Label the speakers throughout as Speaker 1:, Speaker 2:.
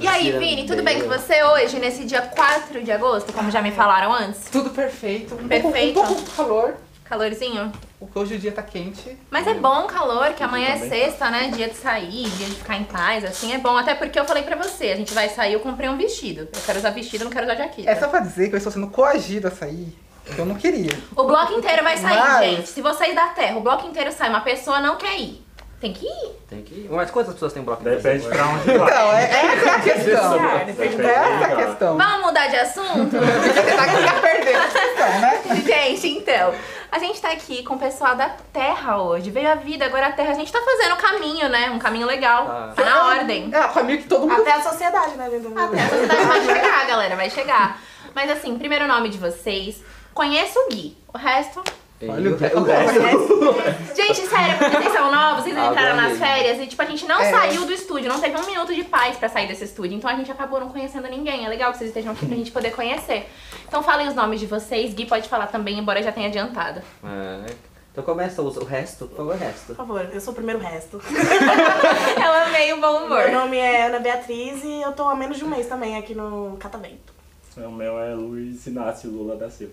Speaker 1: E aí, Vini, tudo bem com você hoje, nesse dia 4 de agosto, como
Speaker 2: Ah.
Speaker 1: já me falaram antes?
Speaker 2: Tudo perfeito. Um
Speaker 1: Perfeito.
Speaker 2: Pouco, um pouco de calor,
Speaker 1: Calorzinho?
Speaker 2: porque hoje o dia tá quente.
Speaker 1: Mas é bom o calor, que amanhã é
Speaker 3: Também.
Speaker 1: sexta, né? Dia de sair, dia de ficar em paz, assim é bom. Até porque eu falei pra você, a gente vai sair, eu comprei um vestido. Eu quero usar vestido, eu não quero usar jaqueta.
Speaker 2: É só pra dizer que eu estou sendo coagido a sair. que Eu não queria.
Speaker 1: O bloco inteiro vai sair,
Speaker 2: Mas-
Speaker 1: gente. Se vocês da terra, o bloco inteiro sai, uma pessoa não quer ir. Tem que ir.
Speaker 4: Tem que ir. Mas quantas pessoas tem bloco de
Speaker 3: Depende
Speaker 4: desenho?
Speaker 3: pra onde
Speaker 1: Tá.
Speaker 3: vai.
Speaker 2: Então, é, essa é a questão.
Speaker 3: Depende
Speaker 2: Essa
Speaker 3: do
Speaker 2: é a
Speaker 3: lugar.
Speaker 2: questão.
Speaker 1: Vamos mudar de assunto?
Speaker 2: Você tá querendo perder a questão, né?
Speaker 1: gente, então. A gente tá aqui com o pessoal da terra hoje. Veio a vida, agora a terra. A gente tá fazendo um caminho, né? Um caminho legal.
Speaker 4: Tá.
Speaker 1: Tá na ordem.
Speaker 2: É, o caminho que todo mundo
Speaker 5: Até a sociedade, né, Lindo?
Speaker 1: Até a sociedade vai chegar, galera, vai chegar. Mas assim, primeiro nome de vocês. Conheço o Gui. O resto.
Speaker 2: Olha o que
Speaker 4: o um resto.
Speaker 1: Gente, sério, porque vocês são novos, vocês
Speaker 4: Agora
Speaker 1: entraram nas
Speaker 4: mesmo.
Speaker 1: férias e, tipo, a gente não
Speaker 2: É.
Speaker 1: saiu do estúdio, não teve um minuto de paz pra sair desse estúdio. Então a gente acabou não conhecendo ninguém. É legal que vocês estejam aqui pra gente poder conhecer. Então falem os nomes de vocês. Gui pode falar também, embora eu já tenha adiantado.
Speaker 4: É. Então começa o, o resto, por favor, o resto.
Speaker 5: Por favor, eu sou o primeiro resto.
Speaker 1: Eu amei o bom humor.
Speaker 5: Meu nome é Ana Beatriz e eu tô há menos de um mês também aqui no Catavento.
Speaker 3: O meu é Luiz Inácio Lula da Silva.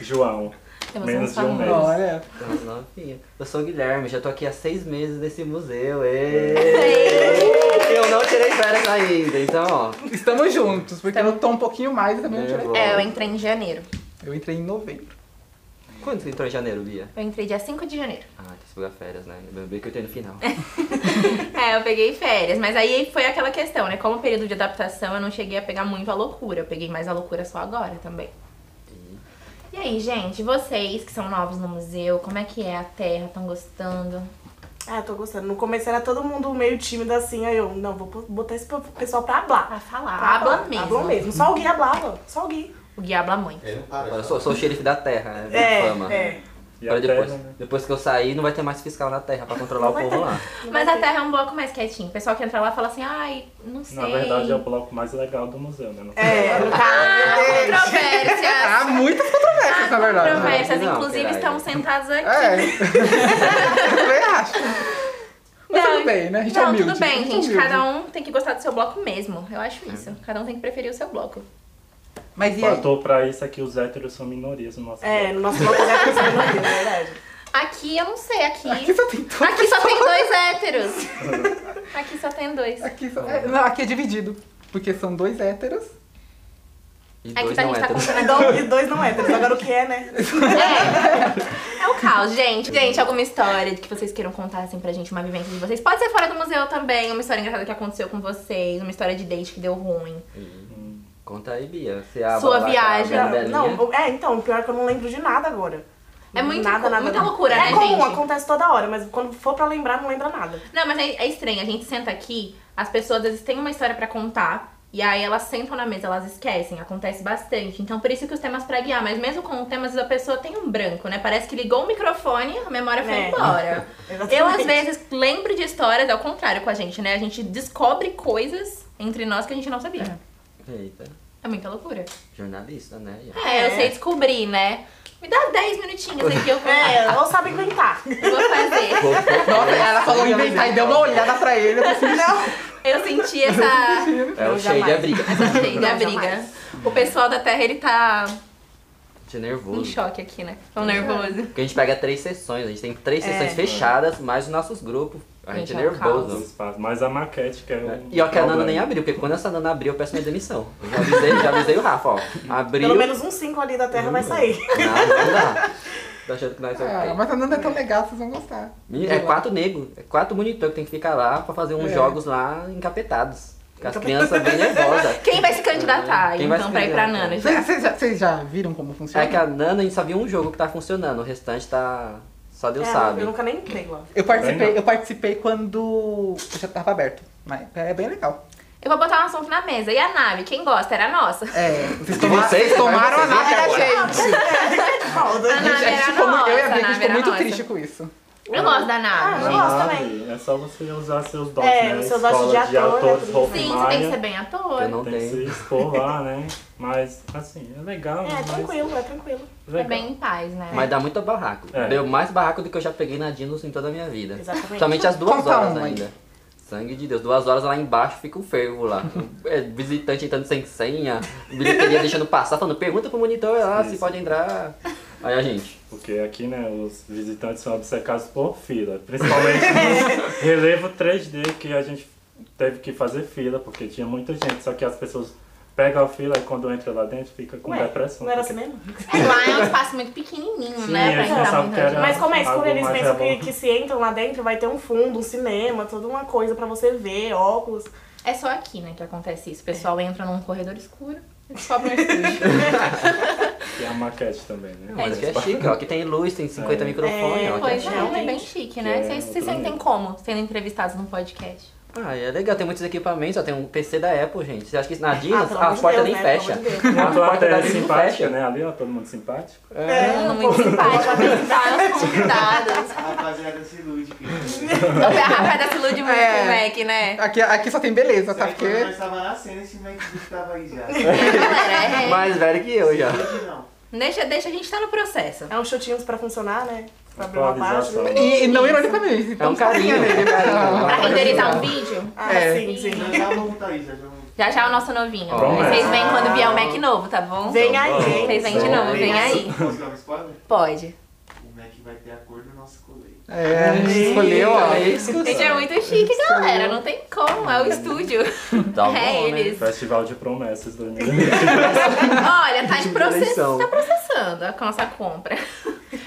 Speaker 3: João.
Speaker 1: Temos
Speaker 3: Menos
Speaker 1: um
Speaker 3: de
Speaker 1: famoso.
Speaker 3: um mês.
Speaker 2: Olha,
Speaker 4: Nossa, novinha. Eu sou o Guilherme, já tô aqui há seis meses nesse museu. ê! Eu não tirei férias ainda, então, ó.
Speaker 2: estamos juntos, porque eu tô um pouquinho mais e também não tirei.
Speaker 1: É, eu entrei em janeiro.
Speaker 2: Eu entrei em novembro.
Speaker 4: Quando você entrou em janeiro, Bia?
Speaker 1: Eu entrei dia 5 de janeiro.
Speaker 4: Ah, tem que pegar férias, né? Ainda bem que eu entrei no final.
Speaker 1: É, eu peguei férias, mas aí foi aquela questão, né? Como período de adaptação, eu não cheguei a pegar muito a loucura. Eu peguei mais a loucura só agora também. E aí, gente, vocês que são novos no museu, como é que é a terra? Estão gostando?
Speaker 5: Ah, eu tô gostando. No começo era todo mundo meio tímido assim, aí eu, não, vou botar esse pessoal pra hablar.
Speaker 1: Pra falar.
Speaker 5: Pra
Speaker 1: Ah, habla
Speaker 5: falar.
Speaker 1: mesmo.
Speaker 5: Hablam mesmo. Só o Gui hablava. Só o Gui.
Speaker 1: O Gui habla muito.
Speaker 6: Ele não para.
Speaker 4: Agora eu sou, sou o xerife da terra, né? De fama.
Speaker 5: É, é.
Speaker 3: E
Speaker 4: Pra
Speaker 3: a
Speaker 4: depois,
Speaker 3: terra, né?
Speaker 4: depois que eu sair, não vai ter mais fiscal na terra pra controlar o
Speaker 5: Não vai
Speaker 4: povo lá.
Speaker 1: Mas a terra é um bloco mais quietinho. O pessoal que entra lá fala assim, ai, não sei.
Speaker 3: Na verdade é o bloco mais legal do museu, né? Não-
Speaker 5: É, no caso.
Speaker 1: Ah! Controvérsias.
Speaker 2: Há muitas controvérsias, na verdade.
Speaker 1: Controvérsias.
Speaker 4: Não,
Speaker 1: Inclusive,
Speaker 4: peraí.
Speaker 1: estão sentados aqui.
Speaker 2: É. Eu também acho. Mas
Speaker 1: Não,
Speaker 2: tudo bem, né? A gente é
Speaker 1: não,
Speaker 2: humilde.
Speaker 1: tudo bem, gente.
Speaker 2: humilde. É.
Speaker 1: Cada um tem que gostar do seu bloco mesmo. Eu acho isso. Cada um tem que preferir o seu bloco.
Speaker 2: Mas e aí?
Speaker 3: Faltou pra isso aqui os héteros são minorias no nosso
Speaker 5: É,
Speaker 3: bloco.
Speaker 5: no nosso bloco é que você não viu, é verdade.
Speaker 1: Aqui eu não sei, aqui.
Speaker 2: Aqui
Speaker 1: Aqui,
Speaker 2: só tem dois.
Speaker 1: só tem dois héteros. Aqui só tem dois.
Speaker 2: Aqui, só- é, não, aqui é dividido. Porque são dois héteros.
Speaker 4: E
Speaker 1: Aqui
Speaker 4: dois
Speaker 1: tá, a
Speaker 4: não é
Speaker 1: gente tá
Speaker 4: héteros.
Speaker 5: E
Speaker 1: contando.
Speaker 5: dois- E dois não é, agora o que é, né?
Speaker 1: É, é o caos, gente. Gente, alguma história que vocês queiram contar assim pra gente, uma vivência de vocês. Pode ser fora do museu também, uma história engraçada que aconteceu com vocês, uma história de date que deu ruim.
Speaker 4: Conta aí, Bia. Se a
Speaker 1: Sua
Speaker 4: babá-
Speaker 1: viagem.
Speaker 4: a
Speaker 5: Não,
Speaker 4: Tá Belinha-
Speaker 5: não, é, então, pior que eu não lembro de nada agora.
Speaker 1: É muito co- muita loucura,
Speaker 5: é
Speaker 1: né,
Speaker 5: comum,
Speaker 1: gente?
Speaker 5: acontece toda hora, mas quando for pra lembrar, não lembra nada.
Speaker 1: Não, mas é, é estranho. A gente senta aqui, as pessoas às vezes têm uma história pra contar. E aí elas sentam na mesa, elas esquecem, acontece bastante. Então por isso que os temas pra guiar, mas mesmo com o tema, às vezes a pessoa tem um branco, né? Parece que ligou o microfone, a memória foi
Speaker 5: É.
Speaker 1: embora.
Speaker 5: Exatamente.
Speaker 1: Eu às vezes lembro de histórias, é o contrário com a gente, né? A gente descobre coisas entre nós que a gente não sabia.
Speaker 4: Eita,
Speaker 1: É muita loucura.
Speaker 4: jornalista, né? Ian?
Speaker 1: É, eu sei descobrir, né? Me dá 10 minutinhos aqui, eu vou,
Speaker 5: É, ou sabe inventar.
Speaker 1: eu vou fazer.
Speaker 4: Vou- vou-
Speaker 2: Nossa, ela falou inventar e deu uma olhada pra ele. Eu assim, pensei,
Speaker 1: Eu senti essa.
Speaker 4: É o
Speaker 5: Eu
Speaker 4: cheio de
Speaker 5: jamais.
Speaker 4: briga.
Speaker 1: Achei da
Speaker 5: Não,
Speaker 1: briga.
Speaker 5: jamais.
Speaker 1: O pessoal da Terra, ele tá
Speaker 4: De
Speaker 1: em
Speaker 4: nervoso.
Speaker 1: choque aqui, né? Tão nervoso.
Speaker 4: Porque a gente pega três sessões, a gente tem três sessões fechadas, mais os nossos grupos. A gente,
Speaker 1: Gente,
Speaker 4: é
Speaker 1: é um
Speaker 4: nervoso.
Speaker 3: espaço. Mas a maquete que é o.
Speaker 4: E ó, que a Nana
Speaker 3: problema.
Speaker 4: nem abriu, porque quando essa Nana abriu, eu peço minha demissão. Eu já avisei, já avisei o Rafa, ó. Abriu.
Speaker 5: Pelo menos uns cinco ali da terra vai sair.
Speaker 4: Não, não dá. Tô achando que nós é o
Speaker 2: Ah,
Speaker 4: quê?
Speaker 2: mas a Nanda é tão legal, vocês vão gostar.
Speaker 4: Menino, É quatro negros, é quatro monitor que tem que ficar lá pra fazer uns
Speaker 2: É.
Speaker 4: jogos lá encapetados. Com as crianças bem nervosas.
Speaker 1: Quem vai se candidatar,
Speaker 4: Quem vai
Speaker 1: então,
Speaker 4: se
Speaker 1: pra ir pra
Speaker 4: candidatar?
Speaker 1: Nana? Já?
Speaker 2: Vocês vocês já, vocês já viram como funciona?
Speaker 4: É que a Nana a gente só viu um jogo que tá funcionando, o restante tá. Só Deus
Speaker 5: É,
Speaker 4: sabe.
Speaker 5: Eu nunca nem entrei lá.
Speaker 2: Eu
Speaker 3: Bem,
Speaker 2: participei,
Speaker 3: não.
Speaker 2: eu participei quando já tava aberto. Mas é bem legal.
Speaker 1: Eu vou botar um assunto na mesa. E a nave? Quem gosta? Era a nossa.
Speaker 2: É, vocês
Speaker 4: Então
Speaker 2: toma-
Speaker 4: vocês,
Speaker 2: tomaram a
Speaker 4: mas
Speaker 2: nave
Speaker 4: vocês
Speaker 2: da gente.
Speaker 5: Falda.
Speaker 1: A
Speaker 2: Gente,
Speaker 1: nave
Speaker 2: a gente
Speaker 1: era
Speaker 2: ficou, mu-
Speaker 1: nossa.
Speaker 2: eu e a Bia, a
Speaker 1: nave
Speaker 2: gente ficou
Speaker 1: era
Speaker 2: muito
Speaker 1: nossa.
Speaker 2: triste com isso.
Speaker 1: Eu gosto da
Speaker 5: Ah,
Speaker 1: nave.
Speaker 5: eu gosto também.
Speaker 3: É só você usar seus dotes,
Speaker 5: É,
Speaker 3: né?
Speaker 5: os seus dotes de
Speaker 3: Escola
Speaker 5: ator, né,
Speaker 3: atores,
Speaker 5: tudo.
Speaker 3: Hoffman
Speaker 1: Sim, você
Speaker 3: Maia,
Speaker 1: tem que ser bem ator.
Speaker 4: Eu não
Speaker 3: tem que se
Speaker 4: tenho.
Speaker 3: expor lá, né? Mas, assim, é legal.
Speaker 5: É,
Speaker 3: mas
Speaker 5: tranquilo, é tranquilo.
Speaker 1: É
Speaker 3: legal.
Speaker 1: bem em paz, né?
Speaker 4: Mas dá muito barraco.
Speaker 3: É.
Speaker 4: Deu mais barraco do que eu já peguei na Dinos em toda a minha vida.
Speaker 5: Exatamente.
Speaker 4: Somente as duas
Speaker 2: Conta
Speaker 4: horas
Speaker 2: uma aí.
Speaker 4: ainda. Sangue de Deus, duas horas lá embaixo fica um fervo lá. É, visitante entrando sem senha, bilheteria deixando passar, falando, pergunta pro monitor lá se
Speaker 3: Isso.
Speaker 4: pode entrar. Aí a gente.
Speaker 3: Porque aqui, né, os visitantes são obcecados por fila. Principalmente no relevo 3D, que a gente teve que fazer fila, porque tinha muita gente. Só que as pessoas pegam a fila e quando entra lá dentro fica com
Speaker 5: Ué,
Speaker 3: depressão.
Speaker 5: não era assim
Speaker 3: porque-
Speaker 1: É,
Speaker 5: cinema?
Speaker 1: lá é um espaço muito pequenininho,
Speaker 3: Sim,
Speaker 1: né? Pra
Speaker 3: eles não
Speaker 1: entrar
Speaker 3: sabem o que
Speaker 1: muita
Speaker 3: era.
Speaker 1: gente.
Speaker 5: Mas como é isso? Quando
Speaker 3: Algo
Speaker 5: eles
Speaker 3: mais
Speaker 5: pensam
Speaker 3: é
Speaker 5: que,
Speaker 3: bom.
Speaker 5: que se entram lá dentro, vai ter um fundo, um cinema, toda uma coisa pra você ver, óculos.
Speaker 1: É só aqui, né, que acontece isso. O pessoal entra num corredor escuro e descobre um estúdio.
Speaker 3: E a maquete também, né?
Speaker 4: Mas aqui é
Speaker 3: Mas-
Speaker 4: chique, ó. Aqui tem luz, tem 50
Speaker 3: É.
Speaker 4: microfones, ó. aqui
Speaker 1: pois
Speaker 4: chique.
Speaker 1: é, é bem chique, né?
Speaker 3: É,
Speaker 1: Vocês se
Speaker 3: outro
Speaker 1: sentem
Speaker 3: nível.
Speaker 1: como sendo entrevistados num podcast?
Speaker 4: Ah, é legal, tem muitos equipamentos, ó, tem um PC da Apple, gente. Você acha que isso na
Speaker 5: Ah,
Speaker 4: Dinos,
Speaker 5: pelo amor
Speaker 4: as
Speaker 5: de
Speaker 4: portas
Speaker 5: Deus,
Speaker 4: nem
Speaker 5: né?
Speaker 4: fecham.
Speaker 5: Pelo amor de
Speaker 3: Uma
Speaker 4: As portas da
Speaker 3: plateia é
Speaker 4: Disney não
Speaker 3: simpática,
Speaker 4: fecham.
Speaker 3: né? Ali, ó, todo mundo simpático.
Speaker 1: É, muito simpático. Apresentar os convidados.
Speaker 6: A rapaziada se ilude, filho.
Speaker 1: A Rafaela se ilude muito
Speaker 2: É.
Speaker 1: com o Mac, né?
Speaker 2: Aqui, aqui só tem beleza,
Speaker 6: Será
Speaker 2: sabe?
Speaker 6: que quando
Speaker 2: Porque
Speaker 6: nós tava nascendo, esse MacBook tava aí já.
Speaker 1: Galera, é.
Speaker 4: Mais velho que eu já. É um
Speaker 6: Ilude não.
Speaker 1: Deixa, deixa, a gente tá no processo.
Speaker 5: É uns chutinhos pra funcionar, né? Pra abrir uma né?
Speaker 3: Atualização.
Speaker 5: página.
Speaker 2: E, e não ironicamente.
Speaker 4: É um carinho,
Speaker 5: né?
Speaker 4: é um carinho.
Speaker 1: Pra renderizar um vídeo,
Speaker 5: Ah,
Speaker 2: É.
Speaker 5: sim, sim.
Speaker 6: Já já monta aí, já já monta.
Speaker 1: já já é o nosso novinho.
Speaker 4: Promessa.
Speaker 1: Vocês vêm quando vier o Mac novo, tá bom?
Speaker 5: Vem aí, hein?
Speaker 1: Vocês vêm de novo, vem aí.
Speaker 6: Posso dar um spoiler?
Speaker 1: Pode.
Speaker 6: O Mac vai ter a cor do nosso colete.
Speaker 2: É, a gente escolheu, ó.
Speaker 4: É isso.
Speaker 1: Gente, é muito chique, galera. Não tem como, é o estúdio.
Speaker 4: Tá bom,
Speaker 1: É
Speaker 4: né?
Speaker 1: eles.
Speaker 3: Festival de promessas 2020.
Speaker 1: Olha, tá de processo.
Speaker 4: Eleição.
Speaker 1: Tá processando a nossa compra.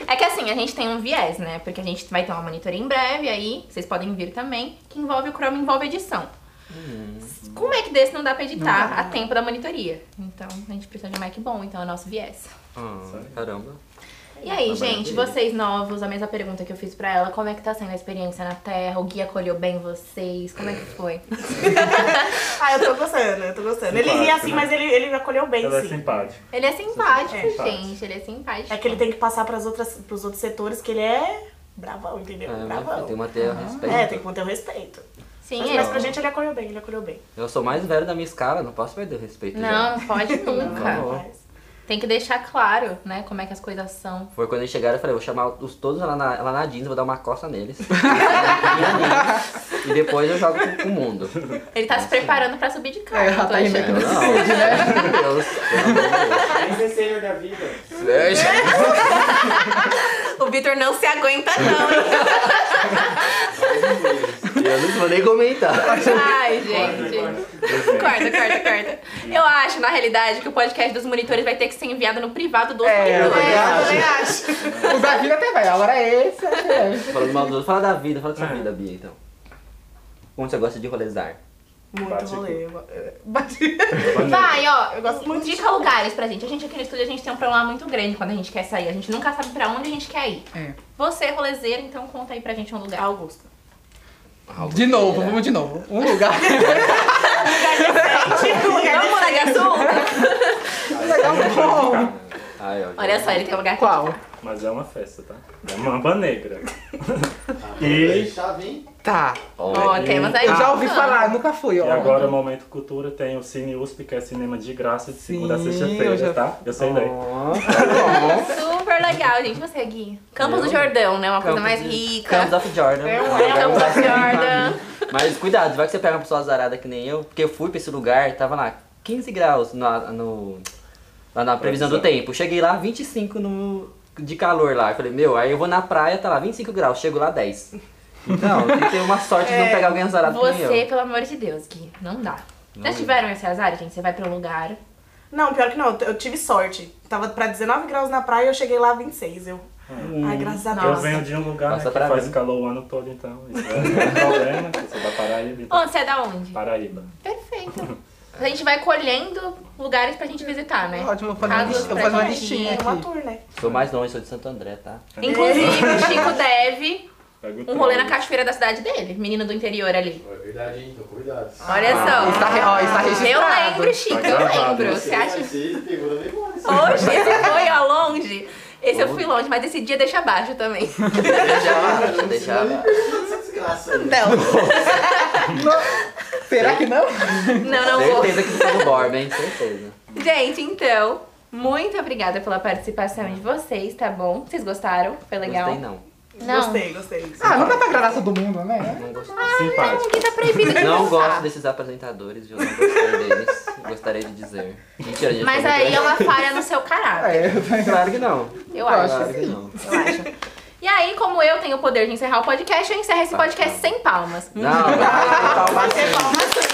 Speaker 1: É que assim, a gente tem um viés, né? Porque a gente vai ter uma monitoria em breve aí, vocês podem vir também, que envolve o Chrome, envolve edição.
Speaker 4: Hum.
Speaker 1: Com um Mac desse não dá pra editar a tempo da monitoria. Então a gente precisa de um Mac bom, então é o nosso viés.
Speaker 4: Ah, caramba.
Speaker 1: E aí,
Speaker 4: Tá
Speaker 1: gente,
Speaker 4: maravilha.
Speaker 1: vocês novos, a mesma pergunta que eu fiz pra ela, como é que tá sendo a experiência na Terra? O guia acolheu bem vocês? Como é que foi?
Speaker 5: Ah, eu tô gostando, eu tô gostando. Ele ria
Speaker 3: Simpático,
Speaker 5: assim,
Speaker 3: né?
Speaker 5: mas ele, ele acolheu bem,
Speaker 3: Ela é
Speaker 5: sim.
Speaker 3: simpática.
Speaker 1: Ele é simpático,
Speaker 5: É,
Speaker 3: fácil.
Speaker 1: gente, ele é simpático.
Speaker 5: É que ele tem que passar pras outras, pros outros setores que ele é bravão, entendeu?
Speaker 4: É, mas tem
Speaker 5: bravão.
Speaker 4: uma terra
Speaker 1: Ah.
Speaker 4: respeito.
Speaker 5: É, tem que manter o respeito.
Speaker 1: Sim, é.
Speaker 5: Mas,
Speaker 1: ele...
Speaker 5: mas pra gente ele acolheu bem, ele acolheu bem.
Speaker 4: Eu sou mais velho da minha escala, não posso perder o respeito. já.
Speaker 1: Não, pode nunca.
Speaker 4: Não.
Speaker 5: Mas-
Speaker 1: Tem que deixar claro, né, como é que as coisas são.
Speaker 4: Foi quando eles chegaram, eu falei, vou chamar os todos lá na, lá na Disney, vou dar uma costa neles. e depois eu jogo com, com o mundo.
Speaker 1: Ele tá se preparando pra subir de carro.
Speaker 2: É, ela
Speaker 1: tô
Speaker 2: tá
Speaker 1: achando.
Speaker 4: Eu,
Speaker 2: indo
Speaker 4: não,
Speaker 1: né?
Speaker 4: meu Deus, pelo amor
Speaker 6: Mas é sério da vida.
Speaker 4: de Deus.
Speaker 1: O Vitor não se aguenta, não. hein?
Speaker 4: Eu não vou nem comentar.
Speaker 1: Ai, gente. Corta, corta, corta. Eu acho, na realidade, que o podcast dos monitores vai ter que ser enviado no privado dos
Speaker 2: eu
Speaker 1: monitores.
Speaker 2: também acho.
Speaker 5: também acho.
Speaker 2: O da vida até vai, agora é esse. é.
Speaker 4: Falando mal dos outros, fala da vida, fala da
Speaker 1: Ah.
Speaker 4: sua vida, Bia, então. Como você gosta de rolezar?
Speaker 5: Muito
Speaker 3: Bate aqui.
Speaker 5: rolê. eu- eu- Bati.
Speaker 1: Vai, ó,
Speaker 5: Eu gosto muito de
Speaker 1: indica lugares pra gente. A gente aqui no estúdio, a gente tem um problema muito grande quando a gente quer sair. A gente nunca sabe pra onde a gente quer ir.
Speaker 2: É.
Speaker 1: Você é rolezeiro, então conta aí pra gente um lugar.
Speaker 5: Augusto.
Speaker 2: De novo, vamos de novo. Um lugar.
Speaker 1: Vamos lá, assunto?
Speaker 2: Legal, bom.
Speaker 4: Ai, ó,
Speaker 1: Olha só, ele tem um lugar aqui.
Speaker 2: Qual?
Speaker 3: Mas é uma festa, tá? É uma aba negra.
Speaker 6: E... Chave, hein?
Speaker 2: Tá.
Speaker 4: Olha.
Speaker 1: Ó, temos aí.
Speaker 2: Eu já ouvi falar, nunca fui, ó.
Speaker 3: E agora, o Momento Cultura, tem o Cine USP, que é cinema de graça de segunda
Speaker 2: Sim,
Speaker 3: a
Speaker 2: eu
Speaker 3: sexta-feira,
Speaker 2: já-
Speaker 3: tá? Eu sei ler.
Speaker 4: Ó.
Speaker 1: Tá Super legal, gente. Você, Gui? Campos do
Speaker 4: Eu?
Speaker 1: Jordão, né? Uma coisa
Speaker 4: Campos
Speaker 1: mais
Speaker 4: de-
Speaker 1: rica.
Speaker 4: Campos of Jordan.
Speaker 5: É um-
Speaker 4: um
Speaker 5: é um-
Speaker 4: lugar
Speaker 1: Campos do Jordão.
Speaker 4: Mas cuidado, vai que você pega uma pessoa azarada que nem eu, porque eu fui pra esse lugar, tava lá 15 graus na, no, lá na previsão do tempo. Cheguei lá 25 no, de calor lá. Eu falei, meu, aí eu vou na praia, tá lá 25 graus, chego lá 10. Então, tem que ter uma sorte de não pegar alguém azarado que nem
Speaker 1: É, Você,
Speaker 4: eu.
Speaker 1: pelo amor de Deus, Gui. Não dá.
Speaker 4: Não.
Speaker 1: Já tiveram esse azar, gente? Você vai pra um lugar.
Speaker 5: Não, pior que não, eu t- eu tive sorte. Tava pra 19 graus na praia e eu cheguei lá 26. Eu. Ai, graças a
Speaker 1: Nossa.
Speaker 3: Eu
Speaker 5: Deus.
Speaker 3: venho de um lugar né,
Speaker 4: Passa
Speaker 3: que
Speaker 4: pra
Speaker 3: faz
Speaker 4: mim.
Speaker 3: calor o ano todo, então. Isso é um problema, que eu sou da Paraíba. Então.
Speaker 1: Onde você é da onde?
Speaker 3: Paraíba.
Speaker 1: Perfeito. A gente vai colhendo lugares pra gente visitar, né?
Speaker 2: Ótimo, eu vou fazer uma
Speaker 1: Casos
Speaker 2: lista- eu
Speaker 1: pra
Speaker 2: vou fazer uma
Speaker 1: gente
Speaker 2: listinha
Speaker 1: ir.
Speaker 5: É
Speaker 2: aqui.
Speaker 5: uma tour, né?
Speaker 4: Sou mais longe, sou de Santo André, tá?
Speaker 1: Inclusive, o Chico deve
Speaker 3: Pega o
Speaker 1: um rolê na
Speaker 3: trânsito.
Speaker 1: cachoeira da cidade dele, menino do interior ali.
Speaker 6: É verdade, hein? Então, cuidado.
Speaker 1: Olha só.
Speaker 2: Está, re- ó, está
Speaker 1: eu
Speaker 2: registrado.
Speaker 1: lembro, Chico,
Speaker 3: Tá
Speaker 1: eu
Speaker 3: gravado.
Speaker 1: lembro. Você acha?
Speaker 6: Você pegou na memória.
Speaker 1: Hoje, você foi ó, longe. Esse eu fui longe, mas esse dia deixa abaixo também.
Speaker 4: Deixa abaixo, deixa abaixo.
Speaker 6: Essa desgraça. né?
Speaker 1: Não,
Speaker 2: Será que não?
Speaker 1: não, não vou.
Speaker 4: Certeza que você tá no Borba, hein? Certeza.
Speaker 1: Gente, então, muito obrigada pela participação de vocês, tá bom? Vocês gostaram? Foi legal?
Speaker 4: Gostei não.
Speaker 1: Não.
Speaker 5: Gostei, gostei.
Speaker 2: Ah, não dá pra agradar todo mundo, né?
Speaker 4: Não gostei.
Speaker 1: Não,
Speaker 3: Simpático.
Speaker 1: ninguém tá proibido de
Speaker 4: Não
Speaker 1: gostar.
Speaker 4: gosto desses apresentadores, viu? Não gostei deles. Gostaria de dizer. Mentira, gente.
Speaker 1: Mas
Speaker 4: tá muito
Speaker 1: aí é
Speaker 4: bem.
Speaker 1: uma falha no seu caráter,
Speaker 2: É,
Speaker 4: Claro que não.
Speaker 1: eu acho.
Speaker 4: Claro que não.
Speaker 1: Eu acho. E aí, como eu tenho o poder de encerrar o podcast, eu encerro esse podcast sem palmas.
Speaker 4: Não, não.
Speaker 5: Vai ser palmas.